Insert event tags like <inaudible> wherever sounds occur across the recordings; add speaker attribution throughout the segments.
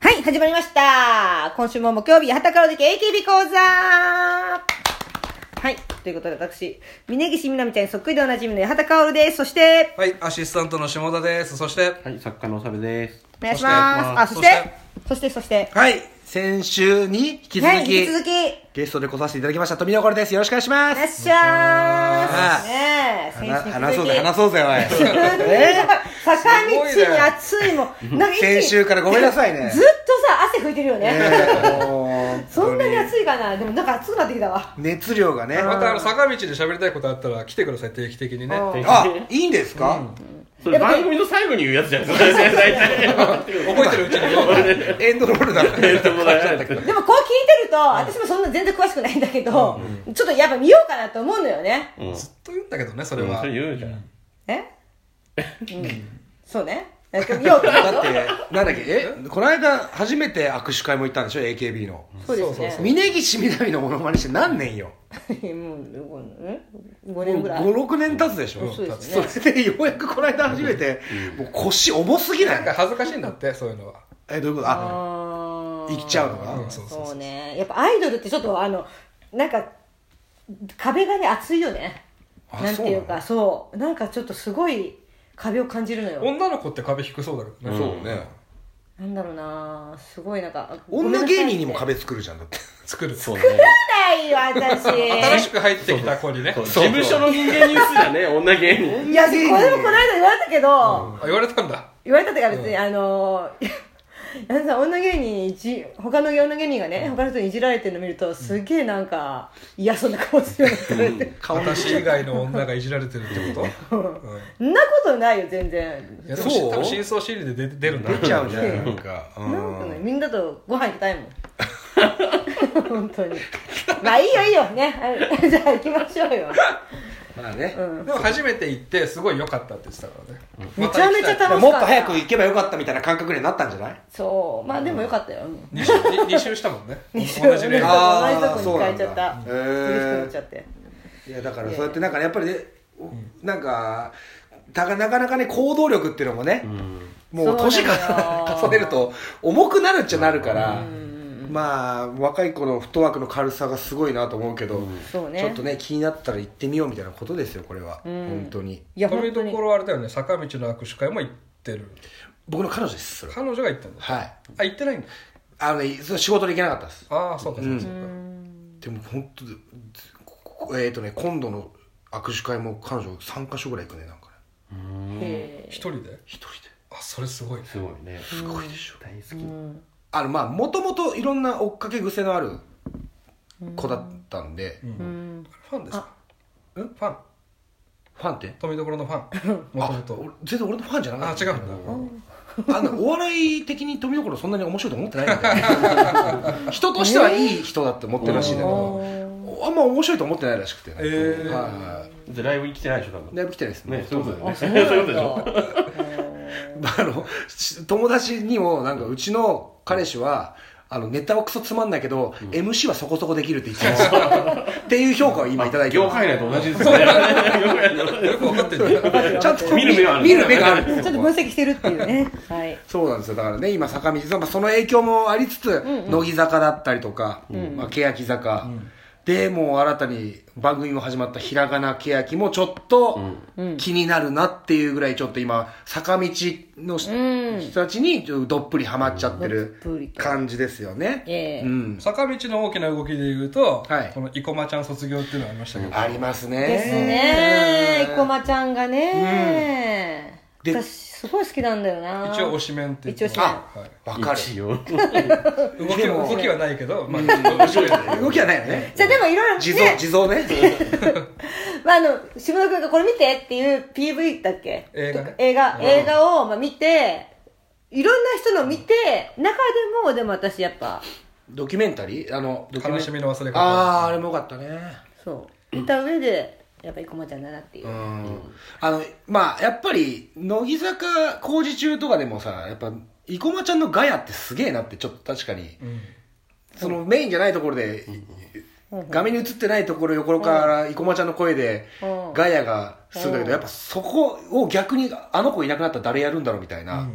Speaker 1: 始まりました今週も木曜日、畑からでき AKB 講座はい。ということで、私、峯岸みなみちゃんにそっくりでおなじみの畑薫です。そして、
Speaker 2: はい、アシスタントの下田です。そして、
Speaker 3: はい、作家のおさべです。
Speaker 1: お願いします。
Speaker 2: そ
Speaker 1: あ、そし
Speaker 2: し
Speaker 1: てて、そして、そして、
Speaker 2: はい、先週に引き続
Speaker 1: はい、
Speaker 2: き、
Speaker 1: 引き続き、い
Speaker 2: ゲストで来させていただきました、富野これです。よろしくお願いしま
Speaker 1: らっ
Speaker 2: す。
Speaker 1: しゃ
Speaker 2: お
Speaker 1: ーす。ねえ、
Speaker 3: 話
Speaker 1: 先週に
Speaker 3: 話そう
Speaker 1: 続
Speaker 3: ぜ、
Speaker 1: き。
Speaker 3: 話そうぜ、おい。
Speaker 1: <laughs> 坂道
Speaker 2: すごい
Speaker 1: に
Speaker 2: ね
Speaker 1: 暑いもん。なんか一気に
Speaker 3: 先週からごめんなさいね
Speaker 1: ずっとさ、汗拭いてるよね。そんなに
Speaker 3: 熱
Speaker 1: 暑いかなでもなんか暑くなってきたわ。
Speaker 3: 熱量が
Speaker 2: <laughs>
Speaker 3: ね。
Speaker 2: またあの坂道で喋りたいことあったら来てください、定期的にね。
Speaker 1: うん
Speaker 3: あ、いいんですか
Speaker 4: それ番組の最後に言うやつ <laughs> じゃないですか大体
Speaker 2: 覚えてるうちに言おう
Speaker 3: エンドロールだ。
Speaker 4: えっ
Speaker 1: <laughs>
Speaker 4: ともらえなかった
Speaker 1: でもこう聞いてると、私もそんな全然詳しくないんだけど、ちょっとやっぱ見ようかなと思うのよね。
Speaker 4: うん
Speaker 2: ずっと言うんだけどね、それは。
Speaker 4: それ言うじゃん
Speaker 1: えそうね。えっと見ようと思
Speaker 3: だっ
Speaker 1: うよ。
Speaker 3: て、なんだっけ、え、この間初めて握手会も行ったんでしょ、AKB の。
Speaker 1: そうです
Speaker 2: そう
Speaker 1: ね。
Speaker 3: 峯岸みなみのモノマネして何年よ。
Speaker 1: もう、5年
Speaker 3: 5、
Speaker 1: ぐらい。
Speaker 3: 6年経つでしょ。
Speaker 1: そうです
Speaker 3: そ
Speaker 1: ね。
Speaker 3: れでようやくこの間初めて、もう腰重すぎな
Speaker 2: なんか
Speaker 3: い
Speaker 2: 恥ずかしいんだって、そういうのは。
Speaker 3: え、どういうことあ、
Speaker 1: あー
Speaker 3: 行っちゃうの
Speaker 2: うん、
Speaker 3: が
Speaker 2: そうそう
Speaker 1: そ
Speaker 2: そうう。
Speaker 1: ね。やっぱアイドルってちょっとあの、なんか、壁がね、厚いよね。
Speaker 3: あ
Speaker 1: なんていうか、
Speaker 3: そ
Speaker 1: そう。なんかちょっとすごい壁を感じるのよ。
Speaker 2: 女の子って壁低そうだけどね。
Speaker 3: そうね。
Speaker 1: なんだろうなすごいなんか。
Speaker 3: 女芸人にも
Speaker 1: 壁 <laughs>
Speaker 3: 壁作るじゃん、だって。
Speaker 2: 作る。
Speaker 4: そうだね
Speaker 1: ないよ、私。
Speaker 2: 新しく入ってきた子にね
Speaker 4: そ。う事務所の人間にすらね女芸人
Speaker 1: いや、これもこの間言われたけど、
Speaker 2: あ、言われたんだ。
Speaker 1: 言われたってか別に、
Speaker 2: うん
Speaker 1: あのー、矢野さん女芸人いじ他の女芸人がね他の人にいじられてるの見るとすげえなんか嫌そうな顔するようになって
Speaker 2: 私以外の女がいじられてるってことうん
Speaker 1: そんなことないよ全然
Speaker 2: いやでも
Speaker 3: そう
Speaker 2: 多分真相心理で出て出るんだ
Speaker 3: 出ちゃうじゃん、なんか。う
Speaker 1: なんかね
Speaker 3: ん
Speaker 1: みんなとご飯行きたい
Speaker 2: <laughs>
Speaker 1: もん本当にまあいいよいいよねはい <laughs> じゃあ行きましょうよ、
Speaker 3: まあね。
Speaker 1: うん、
Speaker 2: でも初めて行ってすごい良かったって言ってたからね
Speaker 1: めちゃめちゃ楽しかった
Speaker 3: もっと早く行けばよかったみたいな感覚になったんじゃない
Speaker 1: そうまあでもよかったよ、うん
Speaker 2: 2周二周したもんね
Speaker 1: 二周
Speaker 2: 同じね
Speaker 1: あ
Speaker 2: あ
Speaker 1: 同じとこに変えちゃった
Speaker 3: あーそう
Speaker 1: 嬉しくな
Speaker 3: なん
Speaker 1: っち
Speaker 3: だ
Speaker 1: ゃって
Speaker 3: へーいやだからそうやってなんかねやっぱりねおなんかだがなかなかね行動力っていうのもねもう
Speaker 1: そう
Speaker 3: 年
Speaker 1: な
Speaker 3: が
Speaker 1: のよ
Speaker 3: 重ねると重くなるっちゃなるからまあ若い子のフットワークの軽さがすごいなと思うけど
Speaker 1: そうね
Speaker 3: ちょっとね気になったら行ってみようみたいなことですよこれは本当に
Speaker 1: いや
Speaker 2: そうい
Speaker 1: 本
Speaker 2: う
Speaker 1: 当
Speaker 2: と
Speaker 1: に
Speaker 2: ころあれだよね坂道の握手会も行ってる
Speaker 3: 僕の彼女ですそれは
Speaker 2: 彼女が行ったんだ
Speaker 3: はい
Speaker 2: あ行ってないんだ
Speaker 3: あのねそう仕事で行けなかったです
Speaker 2: ああそうかそうかそうか
Speaker 3: でも本当でここえっ、とね今度の握手会も彼女3か所ぐらい行くねなんかね
Speaker 1: へ
Speaker 2: 一人で
Speaker 3: 一人です
Speaker 2: あそれすごいね
Speaker 4: すごいね
Speaker 3: すごいでしょ
Speaker 4: 大好
Speaker 1: えうん
Speaker 3: あのまあもともといろんな追っかけ癖のある子だったんで、
Speaker 2: うん
Speaker 1: うん
Speaker 2: ファンですかうんファン
Speaker 3: ファンって
Speaker 2: 富所のファンもとも
Speaker 3: あ
Speaker 2: と
Speaker 3: 俺全然俺のファンじゃなか
Speaker 2: あ
Speaker 3: っ
Speaker 2: 違
Speaker 3: た
Speaker 2: うんだ
Speaker 3: <laughs> あのお笑い的に富所そんなに面白いと思ってないんだ
Speaker 2: <laughs>
Speaker 3: よ人としてはいい人だって思ってるらしいんだけど、あんま面白いと思ってないらしくてね、
Speaker 2: えー
Speaker 3: はいは
Speaker 4: きライブに来てないでしょ多分
Speaker 3: いだいぶ来てないですね
Speaker 4: ねそういうことだよね
Speaker 1: そ
Speaker 4: そうう
Speaker 1: ないんだ
Speaker 4: うことでしょ
Speaker 3: ま <laughs> ああのし友達にもなんかうちの彼氏はあのネタはクソつまんないけど、MC はそこそこできるって言ってます
Speaker 4: <laughs>
Speaker 3: っていう評価を今いただいて
Speaker 4: 業
Speaker 3: ます
Speaker 4: 界内と同じです <laughs> よね業界内と同じ
Speaker 2: よく分かってるね
Speaker 3: <laughs> ちゃんと
Speaker 4: 見る目がある
Speaker 3: 見る目がある
Speaker 1: ちょっと分析してるっていうね。はい。
Speaker 3: そうなんですよだからね今坂道さんまあその影響もありつつ、乃木坂だったりとか、まあ、欅坂、でもう新たに番組も始まったひらがな欅もちょっと気になるなっていうぐらいちょっと今坂道のし
Speaker 1: うん
Speaker 3: 人たちにちょっとどっぷりハマっちゃってる
Speaker 1: どっぷり
Speaker 3: 感じですよね、
Speaker 1: ええ
Speaker 3: うん、
Speaker 2: 坂道の大きな動きで言うと
Speaker 3: はい
Speaker 2: この生駒ちゃん卒業っていうのがありましたけど
Speaker 3: ありますね
Speaker 1: ですね。
Speaker 3: うん
Speaker 1: 生駒ちゃんがね。
Speaker 3: うんで
Speaker 1: 私、すごい好きなんだよな。
Speaker 2: 一応推しメンって言ってます
Speaker 1: 一応推し
Speaker 2: はい
Speaker 3: わかる
Speaker 4: 一応
Speaker 2: 動き
Speaker 3: でも
Speaker 2: 動きはないけどまあ面白いよね
Speaker 3: 動き
Speaker 1: <laughs>
Speaker 3: はないよね
Speaker 1: じゃあでもいろいろ
Speaker 3: 地蔵
Speaker 1: ね、
Speaker 3: 地蔵ね
Speaker 1: まああの、下田君がこれ見てっていう PV だっけ
Speaker 2: 映画ね
Speaker 1: とか映画、映画をまあ見て、いろんな人の見て、中でも、でも私やっぱ、
Speaker 3: ドキュメンタリーあのドキュメン
Speaker 2: 悲しみの忘れ方
Speaker 3: あああれもよかったね
Speaker 1: そう、見た上で、やっぱ生駒ちゃんだなっていう
Speaker 3: う。んあのまあやっぱり乃木坂工事中とかでもさやっぱ生駒ちゃんのガヤってすげえなってちょっと確かに、そのメインじゃないところで、画面に映ってないところ横から生駒ちゃんの声で
Speaker 1: うん
Speaker 3: ガヤがするんだけ
Speaker 1: うん
Speaker 3: どやっぱそこを逆にあの子いなくなったら誰やるんだろうみたいな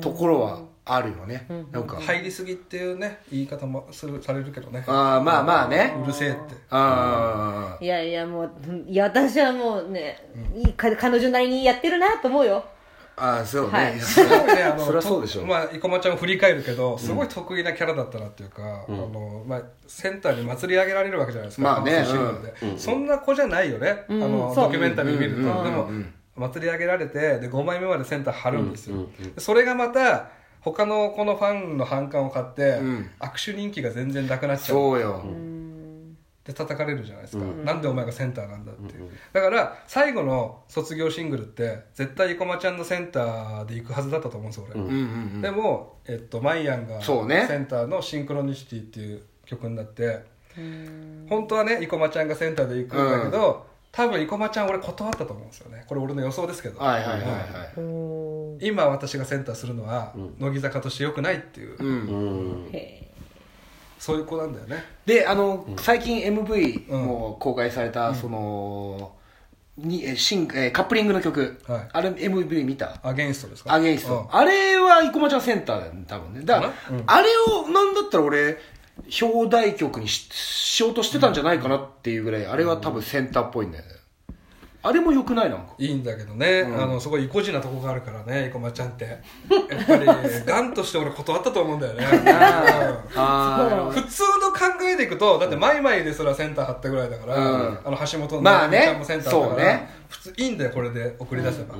Speaker 3: ところはあるよね、なんか、
Speaker 2: 入りすぎっていうね言い方もするされるけどね
Speaker 3: ああまあまあね
Speaker 2: うるせえ
Speaker 3: <laughs>
Speaker 2: って
Speaker 3: ああ
Speaker 1: いやいやもううんいや私はもうね、いいか彼女なりにやってるなと思うよ
Speaker 3: ああそうね、 <laughs>
Speaker 1: はい
Speaker 3: そ
Speaker 2: すごいねあの
Speaker 3: りゃそうでしょ、
Speaker 2: とまあ生駒ちゃんを振り返るけどすごい得意なキャラだったなっていうか、あのまあ、センターに祭り上げられるわけじゃないですか、
Speaker 3: まあね
Speaker 2: あのそういうシーンで、そんな子じゃないよね、あの
Speaker 1: そう
Speaker 2: ドキュメンタリー見ると、
Speaker 3: うんうん
Speaker 2: でも、祭り上げられてで5枚目までセンター張るんですよ、でそれがまた他の子のファンの反感を買って、
Speaker 3: ん
Speaker 2: 握手人気が全然なくなっちゃう
Speaker 3: そうよ、
Speaker 2: で叩かれるじゃないですか、なんでお前がセンターなんだっていう、だから最後の卒業シングルって絶対生駒ちゃんのセンターで行くはずだったと思うんですよ俺、
Speaker 3: うんうん
Speaker 2: でも、えっと、マイヤンがセ
Speaker 3: そうね
Speaker 2: ンターの「シンクロニシティ」っていう曲になって、本当はね生駒ちゃんがセンターで行くんだけど、多分生駒ちゃん俺断ったと思うんですよねこれ俺の予想ですけど、
Speaker 3: はいはいはいはい
Speaker 2: うん今私がセンターするのは、乃木坂としてよくないっていう、
Speaker 3: うん
Speaker 4: うん
Speaker 1: へ
Speaker 2: そういう子なんだよね
Speaker 3: であの、最近 MV も公開された、そのにえシンえカップリングの曲、
Speaker 2: はい
Speaker 3: あれ MV 見た
Speaker 2: アゲインストですか
Speaker 3: アゲインスト、あれは生駒ちゃんセンターだよね多分ねだから、あれをなんだったら俺表題曲にししようとしてたんじゃないかなっていうぐらい、あれは多分センターっぽいんだよねあれもよくないなんか
Speaker 2: いいんだけどね、あのすごい意固地なとこがあるからね生駒ちゃんってやっ
Speaker 3: <laughs>
Speaker 2: ぱりガンとして俺断ったと思うんだよねうん
Speaker 3: あ
Speaker 2: 普通の考えでいくとだってマイマイですらセンター張ったぐらいだから、
Speaker 3: うん
Speaker 2: あの橋本の
Speaker 3: まあね
Speaker 2: ちゃんもセンターだから、
Speaker 3: そうね
Speaker 2: 普通いいんだよこれで送り出せば、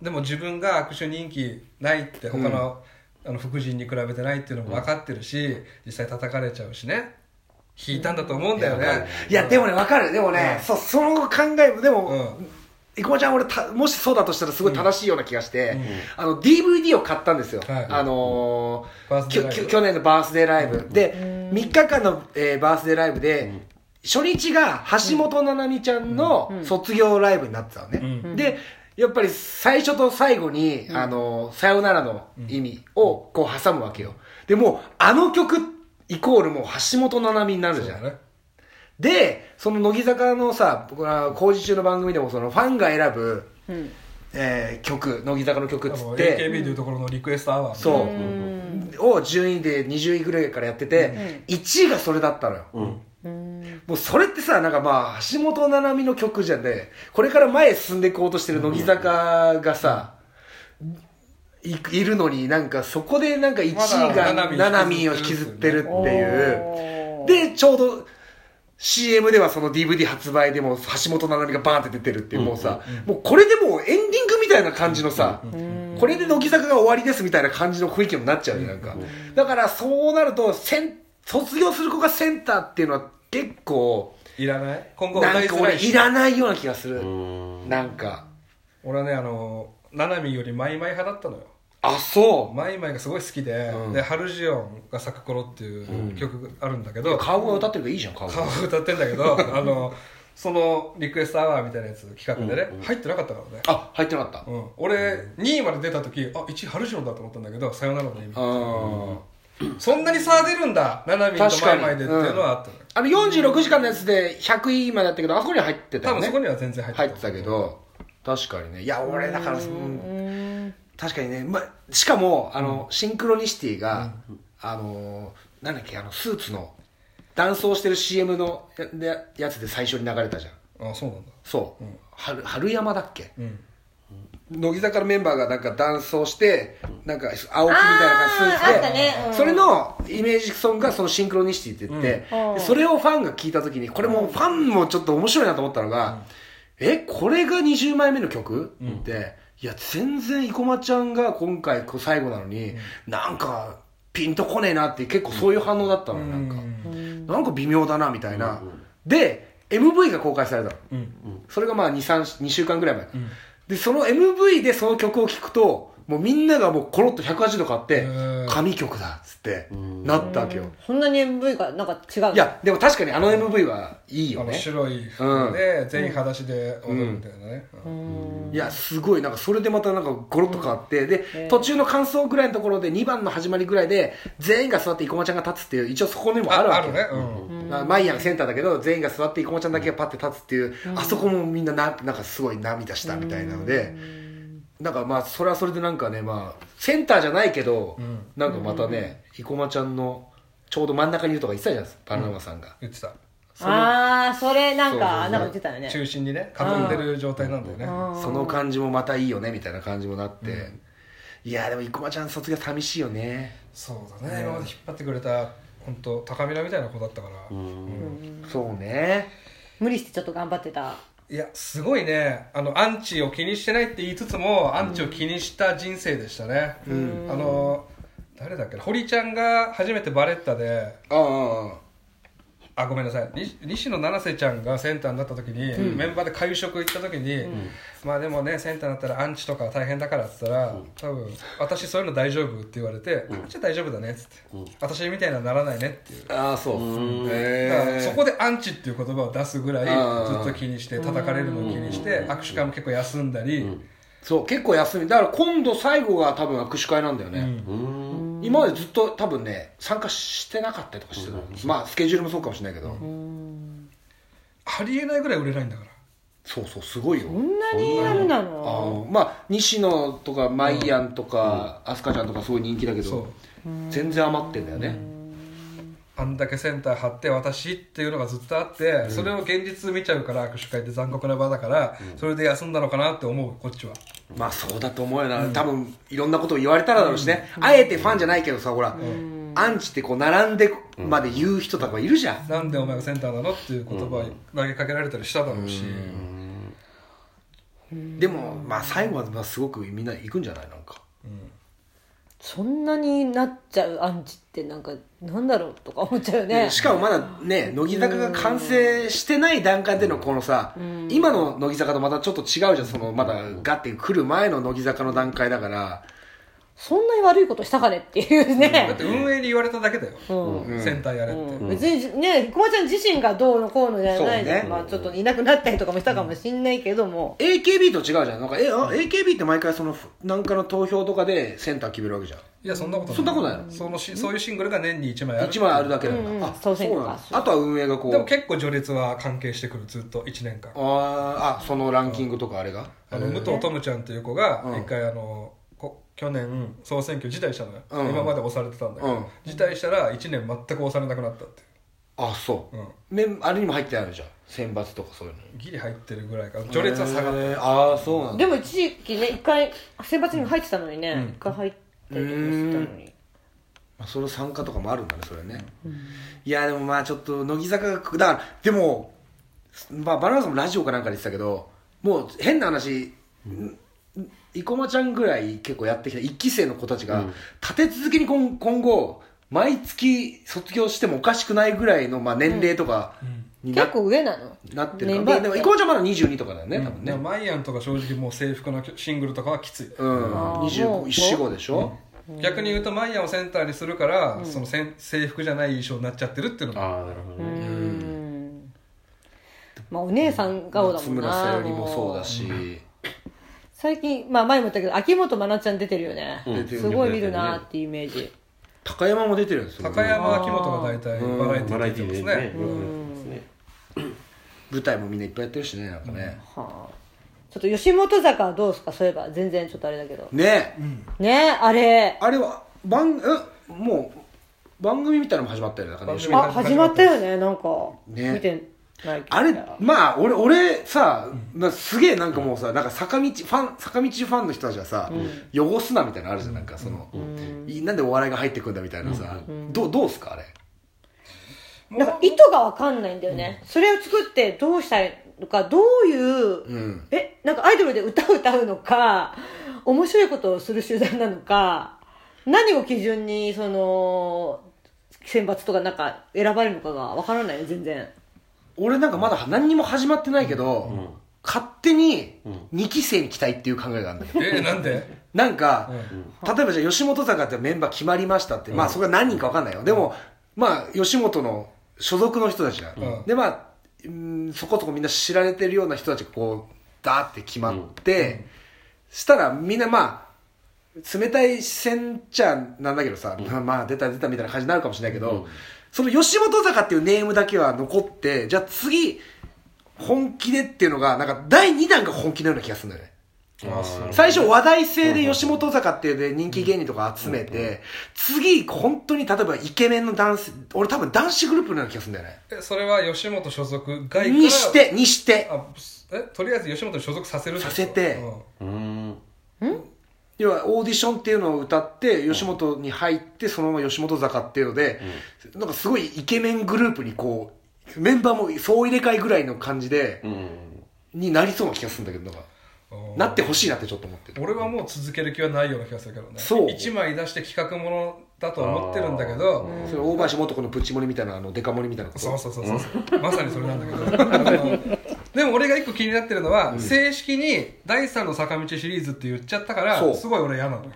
Speaker 2: でも自分が握手人気ないって他の,、あの副人に比べてないっていうのも分かってるし、実際叩かれちゃうしね引いたんだと思うんだよね
Speaker 3: いやでもねわかるでもね、そうその考えもでも、
Speaker 2: うん
Speaker 3: 生駒ちゃん俺たもしそうだとしたらすごい正しいような気がして、あの DVD を買ったんですよ、
Speaker 2: はい
Speaker 3: あのー
Speaker 2: バースデーライブ
Speaker 3: きょきょ去年のバースデーライブ、で3日間の、えーバースデーライブで、初日が橋本奈々美ちゃんの卒業ライブになってたのね、でやっぱり最初と最後に「あのーさよなら」の意味をこう挟むわけよでもうあの曲イコールもう橋本奈々美になるじゃん、
Speaker 2: ね
Speaker 3: で、その乃木坂のさ、僕ら工事中の番組でもそのファンが選ぶ、
Speaker 1: ん
Speaker 3: えー曲、乃木坂の曲っつ
Speaker 2: も
Speaker 3: っ
Speaker 2: う
Speaker 3: て、
Speaker 2: AKB というところのリクエストアワーみたいな
Speaker 3: そう、を10位で20位ぐらいからやってて、1位がそれだったのよ。もうそれってさ、なんかまあ、橋本七海の曲じゃね、これから前へ進んでいこうとしてる乃木坂がさ、いいるのになんかそこでなんか1位が
Speaker 2: まだ
Speaker 3: 七
Speaker 2: 七
Speaker 3: 海
Speaker 2: 海
Speaker 3: を
Speaker 2: を
Speaker 3: 引
Speaker 2: 引
Speaker 3: き
Speaker 2: き
Speaker 3: ず
Speaker 2: ず
Speaker 3: っ
Speaker 2: ってて
Speaker 3: る
Speaker 2: る
Speaker 3: っていう。で、ちょうど CM ではその DVD 発売でも橋本七海がバーンって出てるっていう、もうさ、もうこれでもうエンディングみたいな感じのさ、これで乃木坂が終わりですみたいな感じの雰囲気になっちゃうねなんか。だからそうなると、せん卒業する子がセンターっていうのは結構、
Speaker 2: いらない今後歌
Speaker 3: なん
Speaker 2: い
Speaker 3: か
Speaker 2: づら
Speaker 3: 俺
Speaker 2: いし
Speaker 3: いらないような気がする。なんか。
Speaker 2: 俺はねあのななみよりマイマイ派だったのよ
Speaker 3: あ、そ
Speaker 2: マイマイがすごい好きで、でハルジオンが咲く頃っていう曲があるんだけど、
Speaker 3: う。顔が歌ってるからいいじゃん、顔
Speaker 2: 顔を歌ってんだけど
Speaker 3: <laughs>
Speaker 2: あのそのリクエストアワーみたいなやつ企画でね、入ってなかったからね、
Speaker 3: あ、入ってなかった。
Speaker 2: うん、俺2位まで出た時あ1位ハルジオンだと思ったんだけどさよならの意味
Speaker 3: うん。
Speaker 2: そんなに差出るんだななみと
Speaker 3: 確
Speaker 2: マ
Speaker 3: か
Speaker 2: イ
Speaker 3: に
Speaker 2: マイでっていうのはあったのよ、
Speaker 3: あの46時間のやつで100位までだったけど、あそこには入ってた
Speaker 2: 多
Speaker 3: よ
Speaker 2: 分
Speaker 3: ね。
Speaker 2: そこには全然入ってた
Speaker 3: 入ってたけど、確かにね。いや、俺だから、うん確かにね、ま、しかも、あの、シンクロニシティが、あのー、なんだっけ、あの、スーツの、男装してる CM のやでやつで最初に流れたじゃん。
Speaker 2: あそうなんだ
Speaker 3: そう。春春山だっけ
Speaker 2: うん
Speaker 3: 乃木坂のメンバーがなんか男装してなんか青木みたいな感じスーツ
Speaker 1: あーあった
Speaker 3: で、
Speaker 1: ねうん
Speaker 3: それのイメージソングがそのシンクロニシティって言って、
Speaker 1: うん
Speaker 3: でそれをファンが聞いた時にこれもうファンもちょっと面白いなと思ったのが、えこれが20枚目の曲って、いや全然生駒ちゃんが今回こう最後なのに、なんかピンとこねえなって結構そういう反応だったのよ、なんか、なんか微妙だなみたいな、で MV が公開されたのそれがまあ 2, 3 2週間ぐらい前、でその MV でその曲を聴くともうみんながもうコロッと180度変わって
Speaker 2: ー
Speaker 3: 神曲だっつってなったわけよ
Speaker 1: えそんなに MV がなんか違うの
Speaker 3: いやでも確かにあの MV はいいよ
Speaker 2: あの
Speaker 3: ね
Speaker 2: 白い服で、全員裸足で踊るみたいなね、うん
Speaker 3: いやすごいなんかそれでまたなんかゴロッと変わってで途中の感想ぐらいのところで2番の始まりぐらいで全員が座って生駒ちゃんが立つっていう一応そこにもあるわ
Speaker 2: あ
Speaker 3: け
Speaker 2: る
Speaker 3: よ
Speaker 2: ね、うん
Speaker 3: まあマイヤンがセンターだけど全員が座って生駒ちゃんだけがパッて立つっていう、あそこもみんなななんかすごい涙したみたいなので、なんかまあそれはそれでなんかねまあセンターじゃないけど、なんかまたね生駒ちゃんのちょうど真ん中にいるとか言ってたじゃないですかバナナマンさんが、
Speaker 2: 言ってた
Speaker 1: ああそれなん
Speaker 3: そうそうそ
Speaker 1: かな
Speaker 3: う
Speaker 1: んか言ってたよね
Speaker 2: 中心にね囲んでる状態なんだよね
Speaker 3: その感じもまたいいよねみたいな感じもなって、いやーでも生駒ちゃん卒業寂しいよね、
Speaker 2: そうだね今まで引っ張ってくれた本当高見菜みたいな子だったから、
Speaker 3: そうね
Speaker 1: 無理してちょっと頑張ってた
Speaker 2: いやすごいねあのアンチを気にしてないって言いつつも、アンチを気にした人生でしたね、あの誰だっけな堀ちゃんが初めてバレッタで
Speaker 3: ああ
Speaker 2: あごめんなさいに西野七瀬ちゃんがセンターになった時に、メンバーで会食行った時に、まあでもねセンターになったらアンチとか大変だからって言ったら、多分私そういうの大丈夫って言われて、あじゃあ大丈夫だねっつって、私みたいにはならないねっていう
Speaker 3: ああそう
Speaker 2: だから
Speaker 3: へ
Speaker 2: そこでアンチっていう言葉を出すぐらい
Speaker 3: あー
Speaker 2: ずっと気にして叩かれるのを気にして握手会も結構休んだり、
Speaker 3: そう結構休みだから今度最後が多分握手会なんだよね、今までずっと多分ね参加してなかったりとかしてたの、まあスケジュールもそうかもしれないけど、
Speaker 2: ありえないぐらい売れないんだから
Speaker 3: そうそうすごいよ、
Speaker 1: そんなにあるな
Speaker 3: あ
Speaker 1: の
Speaker 3: のまあ西野とかマイアンとか、アスカちゃんとかすごい人気だけ
Speaker 2: そう
Speaker 3: ど全然余ってんだよね、
Speaker 2: あんだけセンター張って私っていうのがずっとあって、それを現実見ちゃうから握手会って残酷な場だから、それで休んだのかなって思うこっちは
Speaker 3: まあそうだと思うよな、多分いろんなことを言われたらだろうしね、あえてファンじゃないけどさほら、アンチってこう並んでまで言う人とかいるじゃん、
Speaker 2: なんでお前がセンターなのっていう言葉を投げかけられたりしただろうし、
Speaker 3: でもまあ最後はまあすごくみんな行くんじゃないなんか
Speaker 1: そんなになっちゃうアンチってなんかなんだろうとか思っちゃうよね
Speaker 3: しかもまだね乃木坂が完成してない段階でのこのさ、今の乃木坂とまたちょっと違うじゃんそのまだガッて来る前の乃木坂の段階だから
Speaker 1: そんなに悪いことしたかねっていう
Speaker 2: だっ
Speaker 1: ね
Speaker 2: て運営に言われただけだよ、センターやれって、
Speaker 1: うん別にねこまちゃん自身がどうのこうのじゃない
Speaker 3: そう
Speaker 1: で
Speaker 3: ね
Speaker 1: まあちょっといなくなったりとかもしたかもしんないけども
Speaker 3: AKB と違うじゃんなんかえあ AKB って毎回そのなんかの投票とかでセンター決めるわけじゃん
Speaker 2: いやそんなことない
Speaker 3: そんなことないの
Speaker 2: そのしそういうシングルが年に1枚ある
Speaker 3: 1枚あるだけなんだ、
Speaker 1: うん
Speaker 3: あ
Speaker 1: 当選とか
Speaker 3: なんだあとは運営がこう
Speaker 2: でも結構序列は関係してくるずっと1年間
Speaker 3: あーあそのランキングとかあれが
Speaker 2: あの武藤トムちゃんっていう子が一回あの、こ去年総選挙辞退したのよ、
Speaker 3: うん
Speaker 2: 今まで押されてたんだけど、
Speaker 3: うん
Speaker 2: 辞退したら1年全く押されなくなったって
Speaker 3: あそう、
Speaker 2: うん
Speaker 3: メンあれにも入ってあるじゃん選抜とかそういうの
Speaker 2: ギリ入ってるぐらいか序列は下がって
Speaker 3: へーああそうなんだ
Speaker 1: でも一時期ね一回選抜にも入ってたのにね一回入ったりとかしたのに
Speaker 3: まあ、その参加とかもあるんだねそれね、いやでもまあちょっと乃木坂がだからでも、まあ、バナナさんもラジオかなんかで言ってたけどもう変な話、ん生駒ちゃんぐらい結構やってきた1期生の子たちが立て続けに今今後毎月卒業してもおかしくないぐらいのまあ年齢とかにな,、
Speaker 1: 結構上なの
Speaker 3: なって
Speaker 1: 年
Speaker 3: るから、ま
Speaker 1: 齢
Speaker 3: あ、でも生駒ちゃんまだ22とかだよね、多分
Speaker 2: で
Speaker 3: ね
Speaker 2: もマイアンとか正直もう制服のシングルとかはきつい、
Speaker 3: うん
Speaker 1: あーもう
Speaker 3: 25でしょ、
Speaker 2: 逆に言うとマイアンをセンターにするから、そのせん制服じゃない衣装になっちゃってるっていうのが
Speaker 4: ああなるほどね
Speaker 1: うんまあお姉さん顔だも
Speaker 3: 松
Speaker 1: んな
Speaker 3: 村さよりもそうだし、
Speaker 1: 最近まあ前も言ったけど秋元真夏ちゃん出てるよね
Speaker 3: 出てる
Speaker 1: すごい見るなっていうイメージ
Speaker 3: 高山も出てるんですよ
Speaker 2: 高山秋元が大体バラエティ
Speaker 4: バ
Speaker 2: ー
Speaker 4: ラエ
Speaker 2: 出
Speaker 4: テ
Speaker 2: て
Speaker 4: ィ
Speaker 2: ます
Speaker 4: で
Speaker 2: ね
Speaker 4: ねよくやってますね
Speaker 3: 舞台もみんないっぱいやってるしねなんかね、
Speaker 1: はあちょっと吉本坂はどうですかそういえば全然ちょっとあれだけど
Speaker 3: ね
Speaker 1: ねあれ
Speaker 3: あれは番えもう番組みたいなのも始まったよねなんかね
Speaker 2: 番組
Speaker 1: あ始まったよねなんか
Speaker 3: ね
Speaker 1: 見てないけど
Speaker 3: あれまあ俺俺さ、なすげえなんかもうさなんか坂道ファン坂道ファンの人たちはさ、汚すなみたいなのあるじゃんなんかその、いなんでお笑いが入ってくんだみたいなさ、どうどうっすかあれ
Speaker 1: なんか意図がわかんないんだよね、それを作ってどうしたいのかどういう、
Speaker 3: ん
Speaker 1: えなんかアイドルで歌を歌うのか面白いことをする集団なのか何を基準にその選抜とかなんか選ばれるのかがわからないよ全然
Speaker 3: 俺なんかまだ何にも始まってないけど、勝手に2期生に期待っていう考えがあるんだけど
Speaker 2: えーなんで
Speaker 3: なんか、例えばじゃあ吉本坂ってメンバー決まりましたって、まあそれは何人か分かんないよ。でも、まあ吉本の所属の人たちが、
Speaker 2: うん
Speaker 3: でまあ、うんそこそこみんな知られてるような人たちがこう、ダーって決まって、したらみんなまあ、冷たい視線ちゃなんだけどさ、まあまあ出た出たみたいな感じになるかもしれないけど、その吉本坂っていうネームだけは残って、じゃあ次、本気でっていうのが、なんか第2弾が本気のような気がするんだよね。
Speaker 2: あそう
Speaker 3: 最初話題性で吉本坂っていうで人気芸人とか集めて、次、本当に例えばイケメンの男性、俺多分男子グループのような気がするんだよね。
Speaker 2: えそれは吉本所属外から
Speaker 3: にして、にして、
Speaker 2: あえとりあえず吉本に所属させるってこと
Speaker 3: させて
Speaker 2: うん
Speaker 4: うん
Speaker 3: 要はオーディションっていうのを歌って、吉本に入って、そのまま吉本坂っていうので、なんかすごいイケメングループにこう、メンバーも総入れ替えぐらいの感じで、
Speaker 4: うん
Speaker 3: になりそうな気がするんだけど、なんか、なってほしいなってちょっと思ってる。
Speaker 2: 俺はもう続ける気はないような気がするけどね
Speaker 3: そう
Speaker 2: 一枚出して企画ものだと思ってるんだけど、
Speaker 3: それ大林元子のプッチ盛りみたいな、あの、デカ盛りみたいなこと。
Speaker 2: そうそうそうそう、まさにそれなんだけどあのでも俺が一個気になってるのは、正式に第三の坂道シリーズって言っちゃったから
Speaker 3: そう
Speaker 2: すごい俺嫌なのよ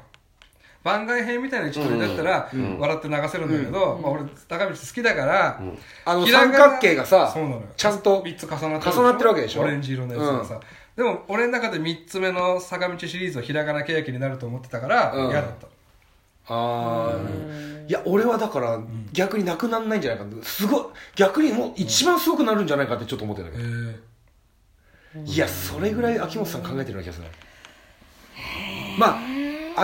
Speaker 2: 番外編みたいな位置取りだったら、笑って流せるんだけど、まあ、俺坂道好きだから、
Speaker 3: あの
Speaker 2: ひらがな
Speaker 3: 三角形がさ
Speaker 2: そうなのよ
Speaker 3: ちゃんと
Speaker 2: 3つ重なって
Speaker 3: 重なってるわけでしょ
Speaker 2: オレンジ色のやつがさ、でも俺の中で3つ目の坂道シリーズはひらがなけやきになると思ってたから、
Speaker 3: うん
Speaker 2: 嫌だった
Speaker 3: ああいや俺はだから逆になくならないんじゃないかなすごい逆にもう一番すごくなるんじゃないかってちょっと思ってるんだ
Speaker 2: え
Speaker 3: けどいやそれぐらい秋元さん考えてるような気がするまあ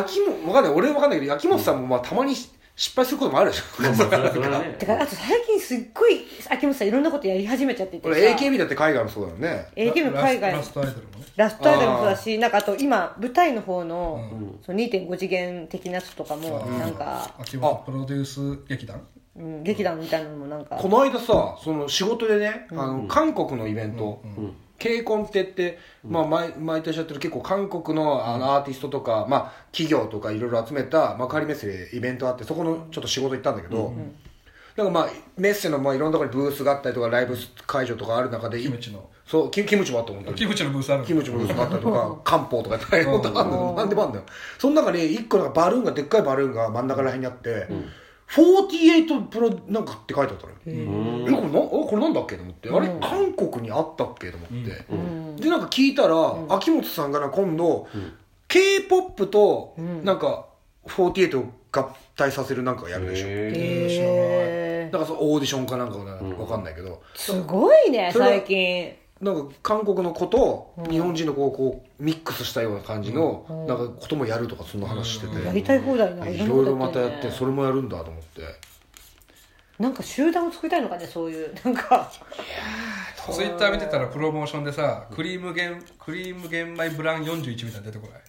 Speaker 3: 秋元わかんない俺はわかんないけど秋元さんもまあたまに失敗することもあるでしょ
Speaker 4: まあまあそれはそ
Speaker 3: <laughs>
Speaker 4: れはね
Speaker 1: てかあと最近すっごい秋元さんいろんなことやり始めちゃってて
Speaker 3: これ AKB だって海外もそうだよね
Speaker 1: AKB も海外
Speaker 2: ラストラストアイドルもね
Speaker 1: ラストアイドルもそうだしなんかあと今舞台の方の,、その2.5次元的なやつとかもなんか、
Speaker 2: 秋元プロデュース劇団
Speaker 1: うん、劇団みたいなのもなんか
Speaker 3: この間さその仕事でね、あの韓国のイベント、K コンテって、まあ、毎毎年やってる結構韓国のあのアーティストとか、まあ、企業とかいろいろ集めた幕張メッセでイベントあってそこのちょっと仕事行ったんだけど、なんかまあメッセのまあいろんなところにブースがあったりとかライブ会場とかある中で
Speaker 2: キムチの
Speaker 3: そうキキムチもあったもんだ
Speaker 2: キムチのブースあるの
Speaker 3: キムチもあったりとか、漢方とかいっぱいあったの。なんでもあんだよ。その中に一個なんかバルーンが、でっかいバルーンが真ん中ら辺にあって、48プロなんかって書いてあったのよ。え、これな、あこれなんだっけと思って。あれ、韓国にあったっけと思って。で、なんか聞いたら、秋元さんがな今度、K-POP と、なんか、48を合体させるなんかやるでしょ。
Speaker 1: え
Speaker 3: なんかそのオーディションかなんかわかんないけど。
Speaker 1: ー、すごいね
Speaker 3: それは
Speaker 1: 最近
Speaker 3: なんか韓国の子と日本人の子をこうミックスしたような感じのなんかこともやるとかそんな話して
Speaker 1: やり
Speaker 3: て
Speaker 1: たい放題ない
Speaker 3: ろいろまたやって
Speaker 1: ね
Speaker 3: それもやるんだと思って
Speaker 1: なんか集団を作りたいのかねそういうなんか
Speaker 2: ツイッター見てたらプロモーションでさクリーム玄クリーム玄米ブラン41みたいなの出てこない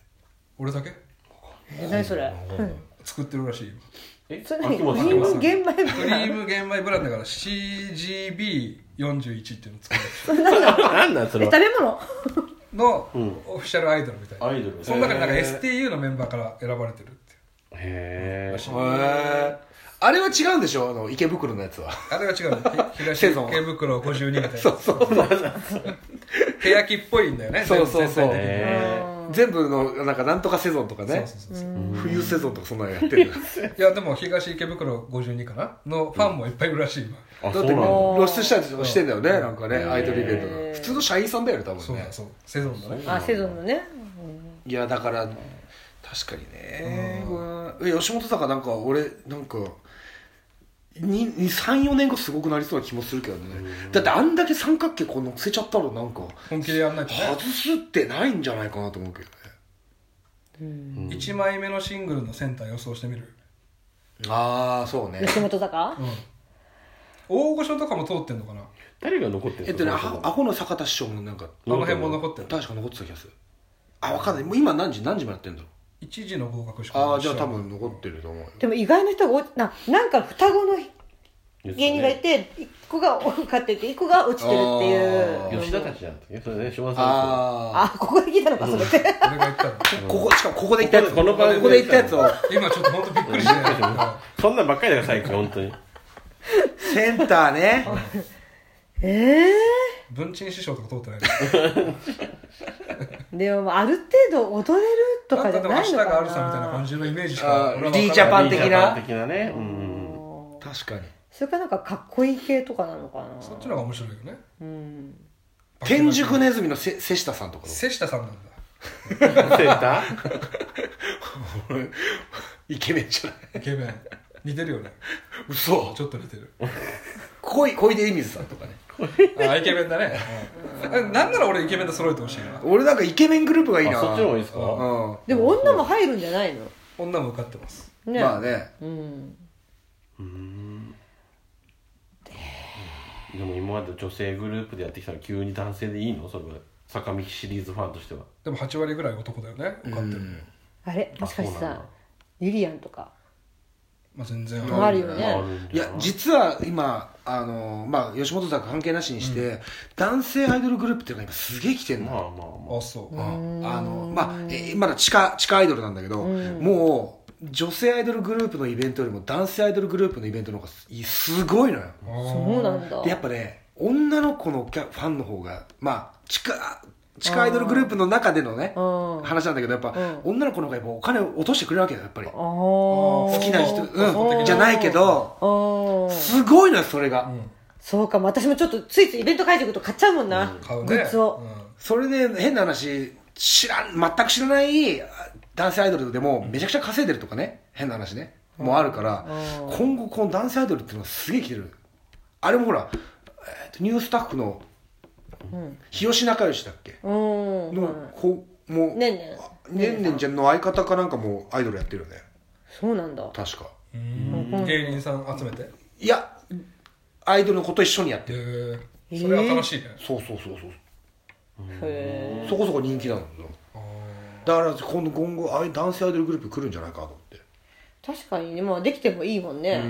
Speaker 2: 俺だけ
Speaker 1: え何それ
Speaker 2: 作ってるらしい
Speaker 4: え
Speaker 1: それ何
Speaker 4: 秋
Speaker 1: ク
Speaker 4: 元さ
Speaker 1: リ
Speaker 4: ん
Speaker 1: ー
Speaker 4: が
Speaker 1: ム玄米
Speaker 2: クリーム玄米ブランだから CGB41 っていうの作る
Speaker 4: なんなんそ
Speaker 1: え
Speaker 4: れ
Speaker 1: 食べ
Speaker 4: は
Speaker 1: 物
Speaker 2: のオフィシャルアイドルみたいな
Speaker 4: アイドル
Speaker 2: その中でなんか
Speaker 4: へ
Speaker 2: STU のメンバーから選ばれてるって
Speaker 4: へえ
Speaker 3: へえあれは違うんでしょあの池袋のやつは
Speaker 2: あれが違うんだ
Speaker 3: <laughs>
Speaker 2: よ東
Speaker 3: セゾン
Speaker 2: 池袋52みたいな
Speaker 3: そう
Speaker 2: <laughs>
Speaker 3: そう
Speaker 2: 手焼きっぽいんだよね
Speaker 3: そうそう
Speaker 2: 全体的に
Speaker 4: へ
Speaker 3: 全部のなんかなんとかセゾンとかね
Speaker 2: そうそうそうそう
Speaker 3: 冬セゾンとかそんなのやってる
Speaker 2: いやでも東池袋52かなのファンもいっぱいいるらしい今
Speaker 4: ーあ
Speaker 3: だ
Speaker 4: そ
Speaker 3: っ
Speaker 4: う
Speaker 3: て
Speaker 4: なんだ
Speaker 3: 露出したりとかしてんだよねなんかねアイドルイベントが
Speaker 1: へー
Speaker 3: 普通の社員さんだよね多分
Speaker 2: そう
Speaker 3: ね
Speaker 2: だそうセゾンだね
Speaker 1: あセゾンのね
Speaker 3: いやだから確かにね、え吉本坂なんか俺なんか34年後すごくなりそうな気もするけどね、だってあんだけ三角形こう乗せちゃったらなんか
Speaker 2: 本気でやんないとね
Speaker 3: 外すってないんじゃないかなと思うけどね
Speaker 2: 1枚目のシングルのセンター予想してみる、
Speaker 3: ああそうね
Speaker 1: 吉本坂
Speaker 2: うん、大御所とかも通ってんのかな
Speaker 4: 誰が残ってる
Speaker 3: えっとねアホアホの坂田師匠もなんか
Speaker 2: あの辺も残ってる
Speaker 3: 確か残ってた気がするあ分かんないもう今何時何時もやってんだろ
Speaker 2: 一時の合格試
Speaker 3: う
Speaker 2: 験
Speaker 3: ああじゃあ多分残ってると思うよ
Speaker 1: でも意外な人がおななんか双子の芸人がいて一個が多かってて一個が落ちてるって
Speaker 3: あ
Speaker 1: いう
Speaker 4: 吉田たちなんだよそれね昭和さん
Speaker 3: あ
Speaker 1: あここが来たのかそれって
Speaker 2: <laughs> 俺が言ったの
Speaker 3: あここしかもここで行ったやつ
Speaker 4: この番組
Speaker 3: ここで行ったやつを
Speaker 2: 今ちょっと本当びっくりしてる
Speaker 4: ですよそんなんばっかりだから最近本当に
Speaker 3: センターね
Speaker 1: ええ
Speaker 2: 文鎮師匠とか通ってない
Speaker 1: ー、でもある程度踊れると
Speaker 2: な
Speaker 1: か
Speaker 2: ん
Speaker 1: じゃ
Speaker 2: か
Speaker 1: な
Speaker 2: で
Speaker 1: い
Speaker 2: も
Speaker 1: の
Speaker 2: 明日
Speaker 1: か
Speaker 2: があるさみたいな
Speaker 1: な
Speaker 2: 感じのイメージしか
Speaker 3: あー
Speaker 2: 俺は分からない
Speaker 3: D ジャパン的な
Speaker 4: ジャパン的なねうんうんう
Speaker 3: <laughs>
Speaker 4: ん
Speaker 3: <laughs> 確かに
Speaker 1: それかなんかかっこいい系とかなのかな
Speaker 2: そっちの方が面白いよね
Speaker 3: 天竺ネズミのせ瀬下さんとかどう
Speaker 2: 瀬下さんなんだ
Speaker 4: センター
Speaker 3: イケメンじゃない
Speaker 2: イケメン似てるよね
Speaker 3: 嘘
Speaker 2: ちょっと似てる
Speaker 3: 恋恋でイミズさんとかね
Speaker 2: あイケメンだね、なんなら俺イケメンで揃えてほしいな
Speaker 3: 俺なんかイケメングループがいいな
Speaker 4: あそっちの方がいいですか
Speaker 3: うん
Speaker 1: でも女も入るんじゃないの
Speaker 2: 女も受かってます
Speaker 1: ね,、
Speaker 3: まあね
Speaker 1: うん
Speaker 4: でも今まで女性グループでやってきたら急に男性でいいのそれは坂道シリーズファンとしては
Speaker 2: でも8割ぐらい男だよね受かってるの
Speaker 1: あれもしかして
Speaker 4: あそうなん
Speaker 1: さ
Speaker 4: だ
Speaker 1: ゆりやんとか
Speaker 2: まあ全然
Speaker 1: もあるよね
Speaker 4: あ
Speaker 3: いや実は今あのまあ吉本坂関係なしにして、男性アイドルグループっていうのが今すげえ来てる
Speaker 4: まあ
Speaker 3: の、
Speaker 4: まあまあ
Speaker 2: あそう
Speaker 3: あのまあえーまだ地下地下アイドルなんだけど、もう女性アイドルグループのイベントよりも男性アイドルグループのイベントの方がすすごいのよ、
Speaker 1: そうなんだ
Speaker 3: でやっぱね女の子のキャファンの方がまあ地下地下アイドルグループの中でのね
Speaker 1: うん
Speaker 3: 話なんだけどやっぱ、女の子の方がやっぱお金を落としてくれるわけだよやっぱり
Speaker 1: あ好
Speaker 3: 好きな人、
Speaker 1: う
Speaker 3: うんん、じゃないけど
Speaker 1: あー
Speaker 3: すごいのよそれが、
Speaker 1: そうかも私もちょっとついついイベント会場行くと買っちゃうもんな、
Speaker 2: 買う
Speaker 1: グ
Speaker 2: ね
Speaker 1: ッズを、
Speaker 3: それで変な話知らん全く知らない男性アイドルでもめちゃくちゃ稼いでるとかね変な話ね、もあるから、今後この男性アイドルっていうのがすげえ来てるあれもほら、えーとニュースタッフの、日吉仲良しだっけ、
Speaker 1: うん
Speaker 3: のこうもう
Speaker 1: ねんねん
Speaker 3: ねんねんちゃんの相方かなんかもアイドルやってるよね
Speaker 1: そうなんだ
Speaker 3: 確か
Speaker 2: うんうん芸人さん集めてへ
Speaker 3: いやアイドルの子と一緒にやってる
Speaker 2: えそれは楽しいね
Speaker 3: そうそうそうそう
Speaker 1: へ
Speaker 3: そこそこ人気なんだよだから今度今後ああいう男性アイドルグループ来るんじゃないかと思って
Speaker 1: ー確かにね、まあ、できてもいいもんね、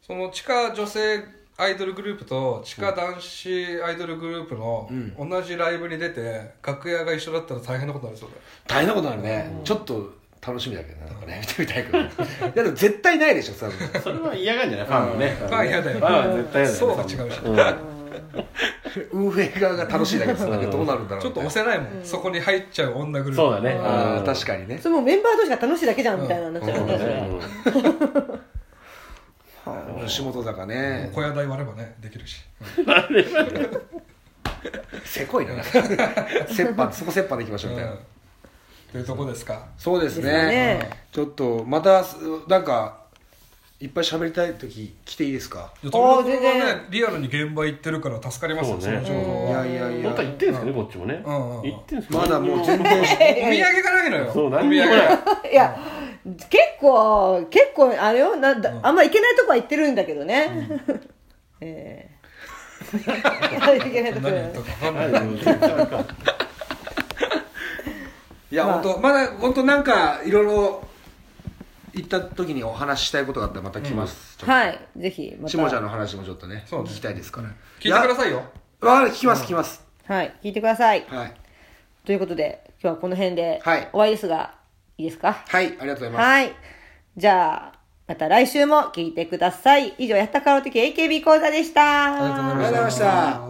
Speaker 2: その地下女性アイドルグループと地下男子アイドルグループの同じライブに出て楽屋が一緒だったら大変なことになりそうだよ
Speaker 3: 大変なことになるね、ちょっと楽しみだけどねなんかね見てみたいけど <laughs> いやでも絶対ないでしょ多分
Speaker 4: それは嫌がんじゃないファンもねフ
Speaker 2: ファン嫌だよ
Speaker 4: ファンは絶対嫌だよね
Speaker 2: そうが違うし
Speaker 4: うん
Speaker 3: 運営側が楽しいだけですなんかどうなるんだろう
Speaker 2: ちょっと押
Speaker 3: お
Speaker 2: せないもん、そこに入っちゃう女グループ
Speaker 4: そうだね
Speaker 3: あ
Speaker 4: うん
Speaker 3: ー確かにね
Speaker 1: それもうメンバー同士が楽しいだけじゃんみたいなになっちゃうもんね、それ
Speaker 4: うん
Speaker 3: 吉本坂ね
Speaker 2: 小屋代割ればねできるし、
Speaker 3: せこ
Speaker 2: <laughs>
Speaker 3: いな折半そこ折半でいきましょう
Speaker 2: うん
Speaker 3: みたいな、
Speaker 2: というとこですか
Speaker 3: そうですね
Speaker 1: ですね
Speaker 3: ちょっとまたすなんかいっぱい喋りたい時来ていいですか
Speaker 2: いや友達は
Speaker 1: 全
Speaker 2: ね
Speaker 1: 然
Speaker 2: リアルに現場行ってるから助かりますよ
Speaker 4: そうね
Speaker 2: その情報
Speaker 3: い
Speaker 2: は
Speaker 3: やいや
Speaker 4: 本
Speaker 3: いや
Speaker 4: 当は言ってんすけどねこっちもね
Speaker 2: うんうんうん
Speaker 4: 言ってんすけど
Speaker 3: まだもう
Speaker 2: お
Speaker 3: 全然
Speaker 2: 土産がないのよ
Speaker 4: そう
Speaker 2: お土
Speaker 4: 何
Speaker 2: 産
Speaker 4: にもない
Speaker 1: いや結構結構あれよなんだ、あんま行けないとこは行ってるんだけどね、 <laughs> ええ行けないとこ
Speaker 2: 何言
Speaker 1: は
Speaker 2: ったか分かんない
Speaker 3: いや、本当まだ本当なんかいろいろ行った時にお話ししたいことがあったらまた来ます、ちょっ
Speaker 1: はいぜひま
Speaker 3: と
Speaker 1: た
Speaker 3: 下ちゃんの話もちょっとね
Speaker 2: そう
Speaker 3: 聞きたいですから
Speaker 2: 聞いてくだ
Speaker 3: い
Speaker 2: さいよ
Speaker 3: やわかる聞きます聞きます、
Speaker 1: はい聞いてください
Speaker 3: はい
Speaker 1: ということで今日はこの辺で
Speaker 3: はい
Speaker 1: 終わりですが、い、いですか
Speaker 3: はいありがとうございます、
Speaker 1: はいじゃあまた来週も聞いてください以上やったかろうとき AKB 講座でした
Speaker 2: ありがとうございま
Speaker 3: ありがとうございました